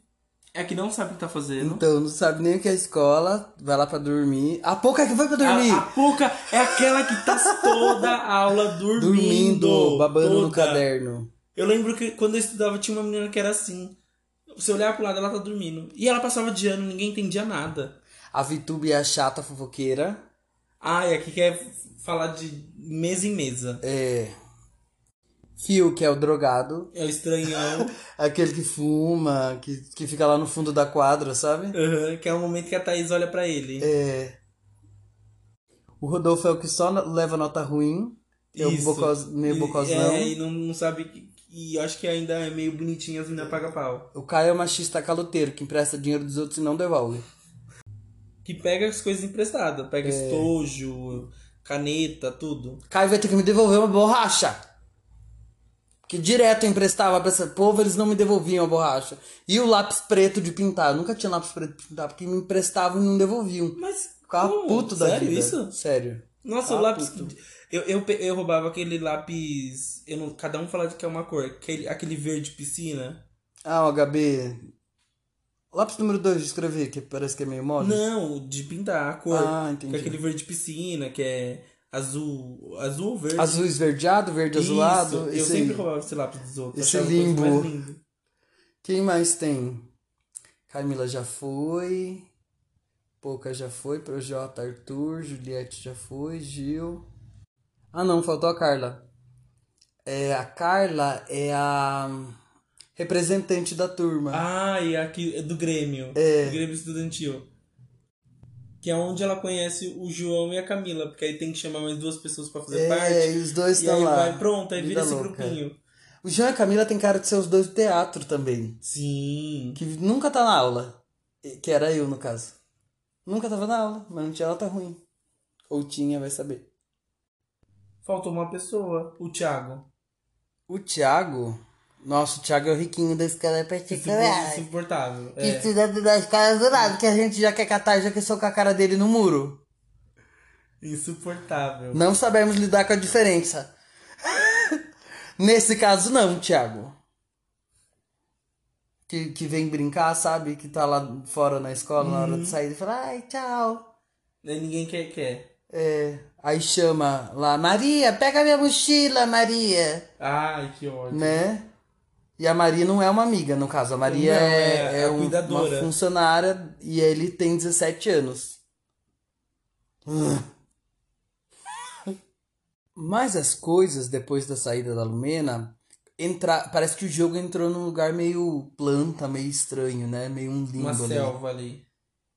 Speaker 2: É a que não sabe o que tá fazendo.
Speaker 1: então não sabe nem o que é escola, vai lá pra dormir. A pouca é que foi pra dormir!
Speaker 2: A, a Puca é aquela que tá toda a aula dormindo.
Speaker 1: Dormindo, babando no
Speaker 2: toda.
Speaker 1: caderno.
Speaker 2: Eu lembro que quando eu estudava tinha uma menina que era assim. Se eu olhar pro lado, ela tá dormindo. E ela passava de ano, ninguém entendia nada.
Speaker 1: A Vitube é a chata fofoqueira.
Speaker 2: Ah, e aqui quer falar de mesa em mesa.
Speaker 1: É. Phil, que é o drogado.
Speaker 2: É o estranhão.
Speaker 1: Aquele que fuma, que, que fica lá no fundo da quadra, sabe?
Speaker 2: Aham, que é o momento que a Thaís olha pra ele.
Speaker 1: É. O Rodolfo é o que só no- leva nota ruim. É o
Speaker 2: Isso.
Speaker 1: bocos, meio
Speaker 2: E-
Speaker 1: bocosão.
Speaker 2: É, e não, não sabe. que- E eu acho que ainda é meio bonitinho assim na paga-pau.
Speaker 1: O Caio é o machista caloteiro, que empresta dinheiro dos outros e não devolve.
Speaker 2: Que pega as coisas emprestadas.
Speaker 1: É.
Speaker 2: Pega estojo, caneta, tudo.
Speaker 1: Caio vai ter que me devolver uma borracha. Que direto eu emprestava pra esse povo, eles não me devolviam a borracha. E o lápis preto de pintar. Eu nunca tinha lápis preto de pintar, porque me emprestavam e não devolviam.
Speaker 2: Mas.
Speaker 1: Ficava
Speaker 2: como?
Speaker 1: puto da
Speaker 2: Sério
Speaker 1: vida.
Speaker 2: isso?
Speaker 1: Sério.
Speaker 2: Nossa,
Speaker 1: Ah,
Speaker 2: o lápis.
Speaker 1: puto.
Speaker 2: Eu, eu, pe- eu roubava aquele lápis. Eu não, cada um falava que é uma cor. Aquele, aquele verde piscina.
Speaker 1: Ah, o HB. Lápis número 2 de escrever, que parece que é meio mole.
Speaker 2: Não, de pintar a cor.
Speaker 1: Ah, entendi.
Speaker 2: Que é aquele verde piscina, que é azul. Azul ou verde?
Speaker 1: Azul esverdeado, verde azulado.
Speaker 2: Isso, eu
Speaker 1: esse
Speaker 2: sempre
Speaker 1: aí.
Speaker 2: roubava esse lápis dos outros.
Speaker 1: esse
Speaker 2: achava a coisa
Speaker 1: limbo.
Speaker 2: mais linda.
Speaker 1: Quem mais tem? Camila já foi. Pouca já foi. Projota, Arthur. Juliette já foi. Gil. Ah, não, faltou a Carla. É, a Carla é a representante da turma.
Speaker 2: Ah, e aqui é do Grêmio. É. Do Grêmio Estudantil. Que é onde ela conhece o João e a Camila, porque aí tem que chamar mais duas pessoas pra fazer
Speaker 1: é,
Speaker 2: parte.
Speaker 1: e os dois
Speaker 2: E
Speaker 1: estão
Speaker 2: aí
Speaker 1: lá.
Speaker 2: vai, pronto, aí
Speaker 1: Vida
Speaker 2: vira esse
Speaker 1: louca.
Speaker 2: grupinho.
Speaker 1: O João e a Camila tem cara de ser os dois do teatro também.
Speaker 2: Sim.
Speaker 1: Que nunca tá na aula. E- Que era eu, no caso. Nunca tava na aula, mas um não tinha nota tá ruim. Ou tinha, vai saber.
Speaker 2: Faltou uma pessoa, o Thiago.
Speaker 1: O Thiago. Nossa, o Thiago é o riquinho da escola particular.
Speaker 2: Insuportável. insuportável.
Speaker 1: Que
Speaker 2: É.
Speaker 1: estuda da escola do lado, que a gente já quer catar, já que sou com a cara dele no muro.
Speaker 2: Insuportável.
Speaker 1: Não sabemos lidar com a diferença. Nesse caso, não, Thiago. Que, que vem brincar, sabe? Que tá lá fora na escola na hora de sair e fala, ai, tchau.
Speaker 2: Aí Né, Ninguém quer, quer.
Speaker 1: É, aí chama lá, Maria, pega minha mochila, Maria,
Speaker 2: Ai, que ódio.
Speaker 1: né? E a Maria não é uma amiga, no caso, a Maria
Speaker 2: Não,
Speaker 1: é,
Speaker 2: é
Speaker 1: é
Speaker 2: a
Speaker 1: um-
Speaker 2: cuidadora.
Speaker 1: uma funcionária e ele tem 17 anos. Mas as coisas depois da saída da Lumena, entra, parece que o jogo entrou num lugar meio planta, meio estranho, né? Meio um limbo
Speaker 2: Uma
Speaker 1: ali.
Speaker 2: selva ali.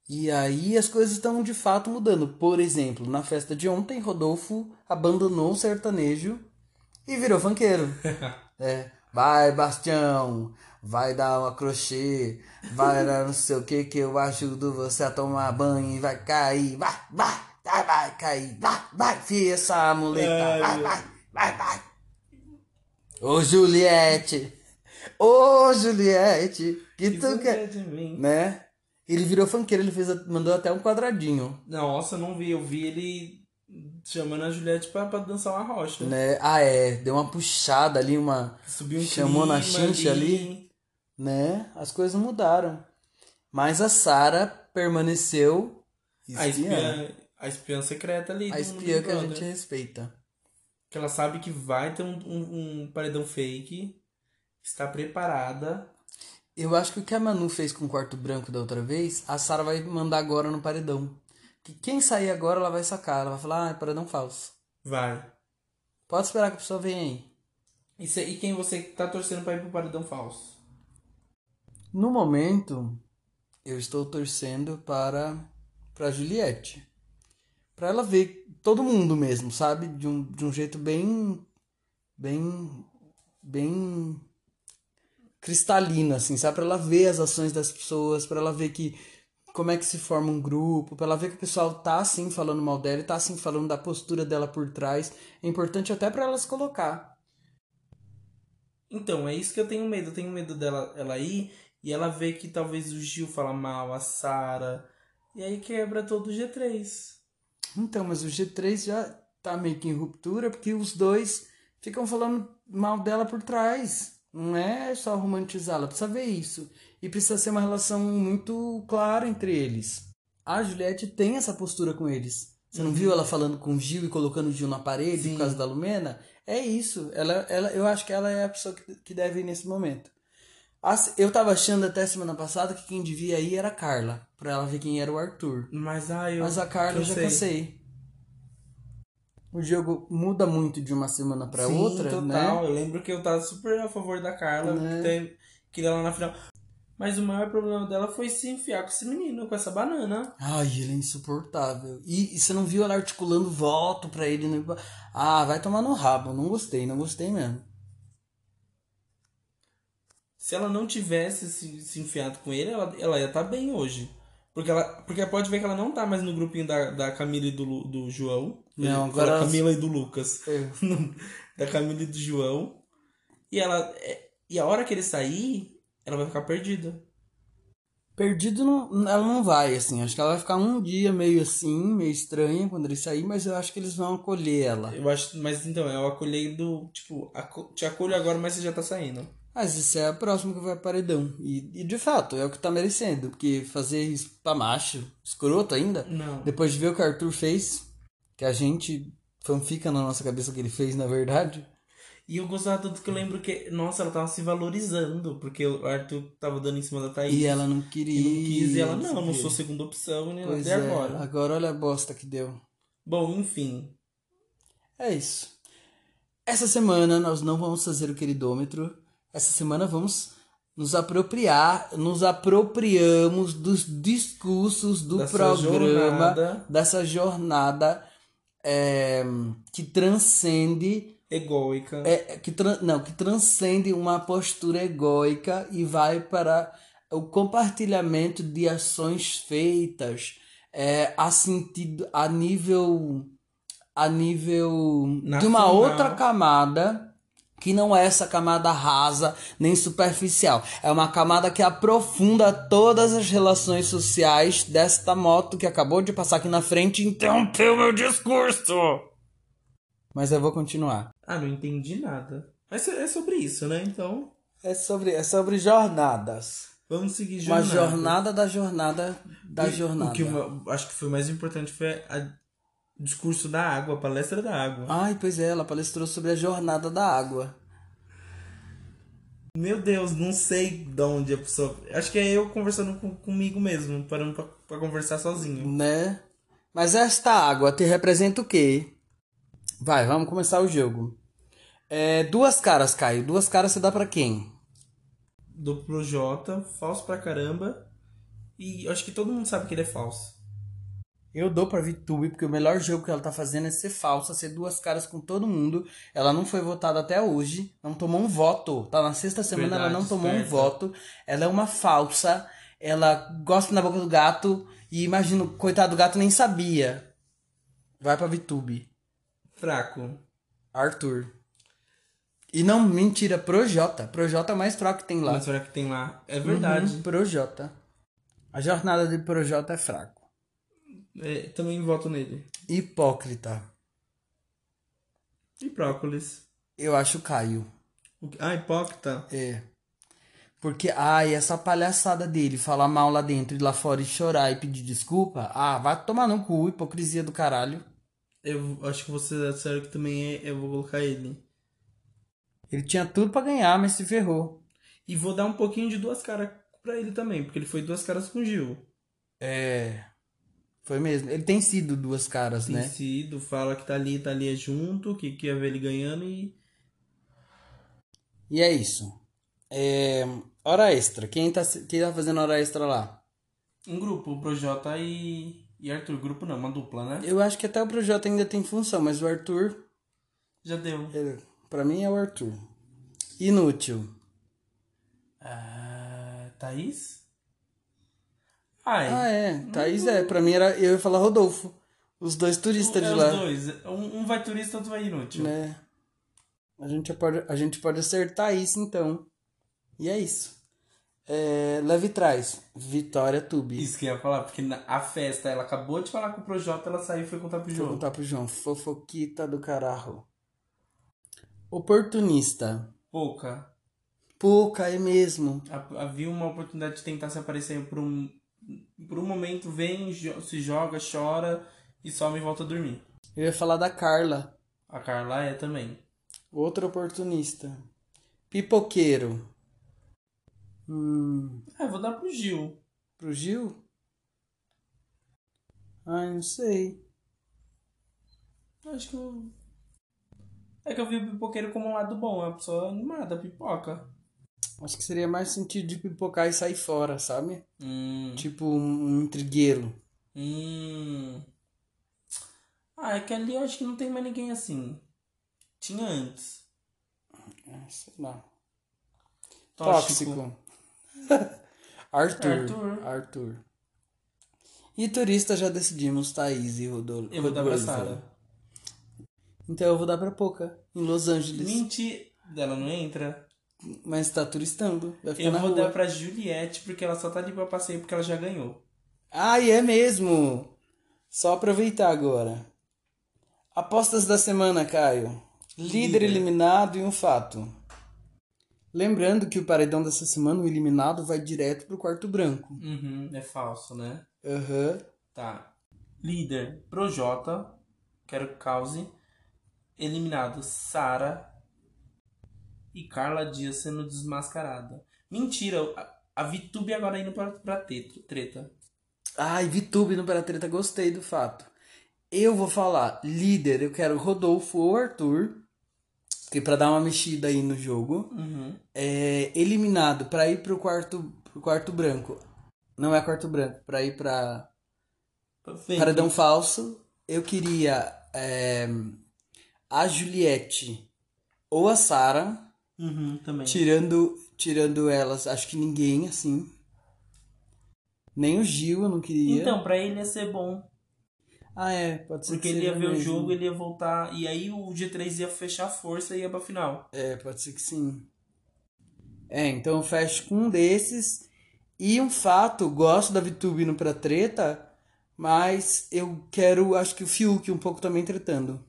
Speaker 1: E aí as coisas estão de fato mudando. Por exemplo, na festa de ontem, Rodolfo abandonou o sertanejo e virou funkeiro. É, vai, Bastião, vai dar uma crochê, vai dar não sei o que que eu ajudo você a tomar banho e vai cair, vai, vai, vai, vai cair, vai, vai, fia essa muleta,
Speaker 2: Ai,
Speaker 1: vai,
Speaker 2: meu.
Speaker 1: vai, vai, vai. Ô Juliette, ô Juliette, que tu
Speaker 2: Isso
Speaker 1: quer?
Speaker 2: é de mim.
Speaker 1: né? Ele virou funkeiro, ele fez, a- mandou até um quadradinho,
Speaker 2: Nossa, eu não vi. Eu vi ele chamando a Juliette pra, pra dançar uma rocha.
Speaker 1: né? Ah, é, deu uma puxada ali, uma,
Speaker 2: Subiu um
Speaker 1: Chamou na
Speaker 2: clima
Speaker 1: chincha né? As coisas mudaram. Mas a Sara permaneceu
Speaker 2: A
Speaker 1: espiã,
Speaker 2: né? espiã, a espiã secreta ali.
Speaker 1: a
Speaker 2: do
Speaker 1: espiã
Speaker 2: Big
Speaker 1: que a
Speaker 2: Brother.
Speaker 1: gente respeita.
Speaker 2: que ela sabe que vai ter um, um, um paredão fake, está preparada.
Speaker 1: Eu acho que o que a Manu fez com o quarto branco da outra vez, a Sara vai mandar agora no paredão. Que quem sair agora, ela vai sacar. Ela vai falar, ah, é paredão falso.
Speaker 2: Vai.
Speaker 1: Pode esperar que a pessoa venha aí.
Speaker 2: E, cê- e quem você tá torcendo pra ir pro paredão falso?
Speaker 1: No momento, eu estou torcendo para para Juliette. Para ela ver todo mundo mesmo, sabe? De um, de um jeito bem bem bem cristalino assim, sabe? Para ela ver as ações das pessoas, para ela ver que como é que se forma um grupo, para ela ver que o pessoal tá assim falando mal dela, e tá assim falando da postura dela por trás. É importante até para ela se colocar.
Speaker 2: Então, é isso que eu tenho medo. Eu tenho medo dela ela ir e ela ver que talvez o Gil fala mal, a Sara. E aí quebra todo o G3.
Speaker 1: Então, mas o G3 já tá meio que em ruptura, porque os dois ficam falando mal dela por trás. Não é só romantizá-la, precisa ver isso. E precisa ser uma relação muito clara entre eles. A Juliette tem essa postura com eles. Você não viu ela falando com o Gil e colocando o Gil na parede
Speaker 2: Sim.
Speaker 1: por causa da Lumena? É isso. Ela, ela, eu acho que ela é a pessoa que, que deve ir nesse momento. As- Eu tava achando até semana passada que quem devia ir era a Carla, pra ela ver quem era o Arthur.
Speaker 2: Mas, ah, eu.
Speaker 1: Mas a Carla eu já
Speaker 2: cansei.
Speaker 1: cansei. O jogo muda muito de uma semana pra
Speaker 2: Sim,
Speaker 1: outra,
Speaker 2: total.
Speaker 1: né?
Speaker 2: Eu lembro que eu tava super a favor da Carla,
Speaker 1: Né?
Speaker 2: que tem que ir lá na final. Mas o maior problema dela foi se enfiar com esse menino, com essa banana.
Speaker 1: Ai, ele é insuportável. E, e você não viu ela articulando voto pra ele? no- Ah, vai tomar no rabo. Não gostei, não gostei mesmo.
Speaker 2: Se ela não tivesse se, se enfiado com ele, ela, ela ia estar bem hoje. Porque ela porque pode ver que ela não tá mais no grupinho da, da Camila e do, Lu- do João.
Speaker 1: Não,
Speaker 2: Ele-
Speaker 1: agora
Speaker 2: Da
Speaker 1: ela-
Speaker 2: Camila e do Lucas.
Speaker 1: É.
Speaker 2: da Camila e do João. E ela. é- E a hora que ele sair, ela vai ficar perdida.
Speaker 1: Perdido não, ela não vai, assim. Acho que ela vai ficar um dia meio assim, meio estranha quando ele sair, mas eu acho que eles vão acolher ela.
Speaker 2: Eu acho. Mas então, é o acolhido. Tipo, aco- te acolho agora, mas você já tá saindo.
Speaker 1: Mas isso é a próxima que vai ao paredão. E, e de fato, é o que tá merecendo. Porque fazer isso pra macho, escroto ainda,
Speaker 2: Não.
Speaker 1: Depois de ver o que o Arthur fez, que a gente fanfica na nossa cabeça o que ele fez, na verdade.
Speaker 2: E eu gostava tanto que eu lembro que. Nossa, ela tava se valorizando. Porque o Arthur tava dando em cima da Thaís.
Speaker 1: E ela não
Speaker 2: É E
Speaker 1: queria.
Speaker 2: não quis, e ela, não,
Speaker 1: sei o
Speaker 2: não
Speaker 1: quê.
Speaker 2: sou segunda opção, nem
Speaker 1: Pois
Speaker 2: até
Speaker 1: é,
Speaker 2: agora.
Speaker 1: agora olha a bosta que deu.
Speaker 2: Bom, enfim.
Speaker 1: É isso. Essa semana nós não vamos fazer o queridômetro. Essa semana vamos nos apropriar, nos apropriamos dos discursos do
Speaker 2: Dessa
Speaker 1: programa,
Speaker 2: jornada.
Speaker 1: dessa jornada eh, que transcende
Speaker 2: Egoica.
Speaker 1: é, é, que tran- não que transcende uma postura egóica e vai para o compartilhamento de ações feitas é, a sentido a nível a nível de uma
Speaker 2: Nacional.
Speaker 1: outra camada que não é essa camada rasa nem superficial. É uma camada que aprofunda todas as relações sociais desta moto que acabou de passar aqui na frente e interrompeu meu discurso. Mas eu vou continuar.
Speaker 2: Ah, não entendi nada. Mas é é sobre isso, né? Então,
Speaker 1: É sobre, é sobre jornadas.
Speaker 2: vamos seguir
Speaker 1: Uma
Speaker 2: jornada.
Speaker 1: jornada da jornada da
Speaker 2: E
Speaker 1: jornada.
Speaker 2: O que eu acho que foi mais importante foi a- o discurso da água, a palestra da água.
Speaker 1: Ai, pois é, ela palestrou sobre a jornada da água.
Speaker 2: Meu Deus, não sei de onde a pessoa... Acho que é eu conversando com- comigo mesmo, parando pra, pra conversar sozinho.
Speaker 1: Né? Mas esta água te representa o quê? Vai, vamos começar o jogo. É, duas caras, Caio. Duas caras você dá pra quem?
Speaker 2: Do Projota, falso pra caramba. E acho que todo mundo sabe que ele é falso.
Speaker 1: Eu dou pra VTube, porque o melhor jogo que ela tá fazendo é ser falsa, ser duas caras com todo mundo. Ela não foi votada até hoje, não tomou um voto. Tá na sexta semana,
Speaker 2: Verdade,
Speaker 1: ela não tomou um
Speaker 2: esperta.
Speaker 1: voto. Ela é uma falsa, ela gosta na boca do gato, e imagina, o coitado do gato nem sabia. Vai pra VTube.
Speaker 2: Fraco.
Speaker 1: Arthur. E não, mentira, Projota. Projota é o mais fraco que tem lá.
Speaker 2: Mas será que tem lá? É verdade.
Speaker 1: Uhum, Projota. A jornada de Projota é fraco.
Speaker 2: É, também voto nele.
Speaker 1: Hipócrita.
Speaker 2: E prócolis?
Speaker 1: Eu acho Caio.
Speaker 2: O que- Ah, hipócrita.
Speaker 1: É. Porque, ai, essa palhaçada dele falar mal lá dentro e lá fora e chorar e pedir desculpa. Ah, vai tomar no cu, hipocrisia do caralho.
Speaker 2: Eu acho que você sério que também é, eu vou colocar ele.
Speaker 1: Ele tinha tudo pra ganhar, mas se ferrou.
Speaker 2: E vou dar um pouquinho de duas caras pra ele também, porque ele foi duas caras com o Gil.
Speaker 1: É. Foi mesmo. Ele tem sido duas caras,
Speaker 2: Tem
Speaker 1: né?
Speaker 2: sido, fala que tá ali, tá ali é junto, que quer ver ele ganhando e.
Speaker 1: E é isso. É, Hora extra. Quem tá, se- quem tá fazendo hora extra lá?
Speaker 2: Um grupo, o Projota e. E Arthur, grupo não, uma dupla, né?
Speaker 1: Eu acho que até o Projota ainda tem função, mas o Arthur.
Speaker 2: Já deu.
Speaker 1: Ele, pra mim é o Arthur. Inútil.
Speaker 2: Ah, Thaís? Ai.
Speaker 1: Ah, é. Thaís é. Pra mim era. Eu ia falar Rodolfo. Os dois turistas
Speaker 2: é
Speaker 1: de
Speaker 2: os
Speaker 1: lá.
Speaker 2: dois. Um, um vai turista, outro vai inútil.
Speaker 1: Né? A gente pode, a gente pode acertar isso então. E é isso. É, leve trás. Vitória Tube.
Speaker 2: Isso que eu ia falar, porque na, a festa, ela acabou de falar com o Projota, ela saiu e foi contar pro
Speaker 1: Vou
Speaker 2: jogo.
Speaker 1: contar pro João. Fofoquita do caralho. Oportunista.
Speaker 2: Pouca.
Speaker 1: Pouca é mesmo.
Speaker 2: Ha- Havia uma oportunidade de tentar se aparecer por um, por um momento, vem, jo- se joga, chora e some e volta a dormir.
Speaker 1: Eu ia falar da Carla.
Speaker 2: A Carla é também.
Speaker 1: Outro oportunista. Pipoqueiro. Hum,
Speaker 2: Ah, eu vou dar pro Gil.
Speaker 1: pro Gil? Ai, não sei.
Speaker 2: Acho que eu... É que eu vi o pipoqueiro como um lado bom, é uma pessoa animada, pipoca.
Speaker 1: Acho que seria mais sentido de pipocar e sair fora, sabe?
Speaker 2: Hum.
Speaker 1: Tipo um intrigueiro.
Speaker 2: Hum. Ah, é que ali eu acho que não tem mais ninguém assim. Tinha antes.
Speaker 1: Ah, Sei lá.
Speaker 2: Tóxico.
Speaker 1: Tóxico. Arthur.
Speaker 2: Arthur.
Speaker 1: Arthur. E turista já decidimos, Thaís e Rodolfo.
Speaker 2: Eu vou dar pra Sara.
Speaker 1: Então eu vou dar pra Pouca, em Los Angeles.
Speaker 2: Mentira. Ela não entra.
Speaker 1: Mas tá turistando. Vai ficar
Speaker 2: Eu
Speaker 1: na
Speaker 2: vou
Speaker 1: rua.
Speaker 2: dar pra Juliette, porque ela só tá ali pra passeio porque ela já ganhou.
Speaker 1: Ai, é mesmo! Só aproveitar agora. Apostas da semana, Caio. Líder
Speaker 2: Líder.
Speaker 1: eliminado e um fato. Lembrando que o paredão dessa semana, o eliminado, vai direto pro quarto branco.
Speaker 2: Uhum, é falso, né?
Speaker 1: Aham.
Speaker 2: Tá. Líder, Projota. Quero que cause. Eliminado, Sara. E Carla Dias sendo desmascarada. Mentira, a, a Vitube agora indo pra, pra teto- treta.
Speaker 1: Ai, VTube no Paratreta, gostei do fato. Eu vou falar, líder, eu quero Rodolfo ou Arthur, que pra dar uma mexida aí no jogo.
Speaker 2: Uhum.
Speaker 1: É, eliminado pra ir pro quarto, pro quarto branco. Não é quarto branco, pra ir pra
Speaker 2: Perfeito.
Speaker 1: Paradão Falso. Eu queria é, a Juliette ou a Sara,
Speaker 2: Uhum, também.
Speaker 1: tirando, tirando elas, acho que ninguém assim. Nem o Gil, eu não queria.
Speaker 2: Então, pra ele ia ser bom.
Speaker 1: Ah, é, pode ser
Speaker 2: Porque
Speaker 1: que
Speaker 2: ele ia
Speaker 1: seja
Speaker 2: ver o
Speaker 1: mesmo.
Speaker 2: jogo, ele ia voltar. E aí o G3 ia fechar a força e ia pra final.
Speaker 1: É, pode ser que sim. É, então eu fecho com um desses. E um fato, gosto da VTube indo pra treta, mas eu quero, acho que o Fiuk um pouco também tretando.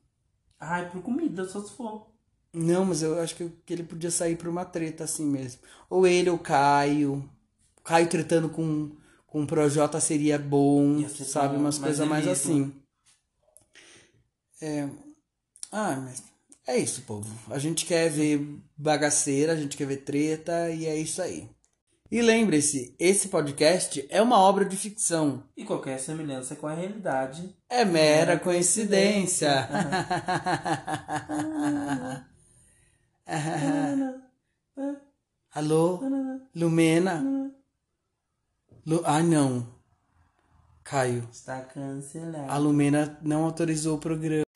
Speaker 2: Ai, por comida, só se for.
Speaker 1: Não, mas eu acho que, eu- que ele podia sair pra uma treta assim mesmo. Ou ele ou Caio. Caio tretando com, com o Projota seria bom,
Speaker 2: Ia ser
Speaker 1: sabe?
Speaker 2: bom,
Speaker 1: Umas
Speaker 2: mas
Speaker 1: coisas
Speaker 2: é
Speaker 1: mais
Speaker 2: mesmo.
Speaker 1: assim. É. Ah, mas é isso, povo. A gente quer ver bagaceira, a gente quer ver treta e é isso aí. E lembre-se, esse podcast é uma obra de ficção.
Speaker 2: E qualquer semelhança com a realidade
Speaker 1: É mera coincidência. Alô? Lumena? Lu... Ah, não. Caio.
Speaker 2: está cancelada.
Speaker 1: A Lumena não autorizou o programa.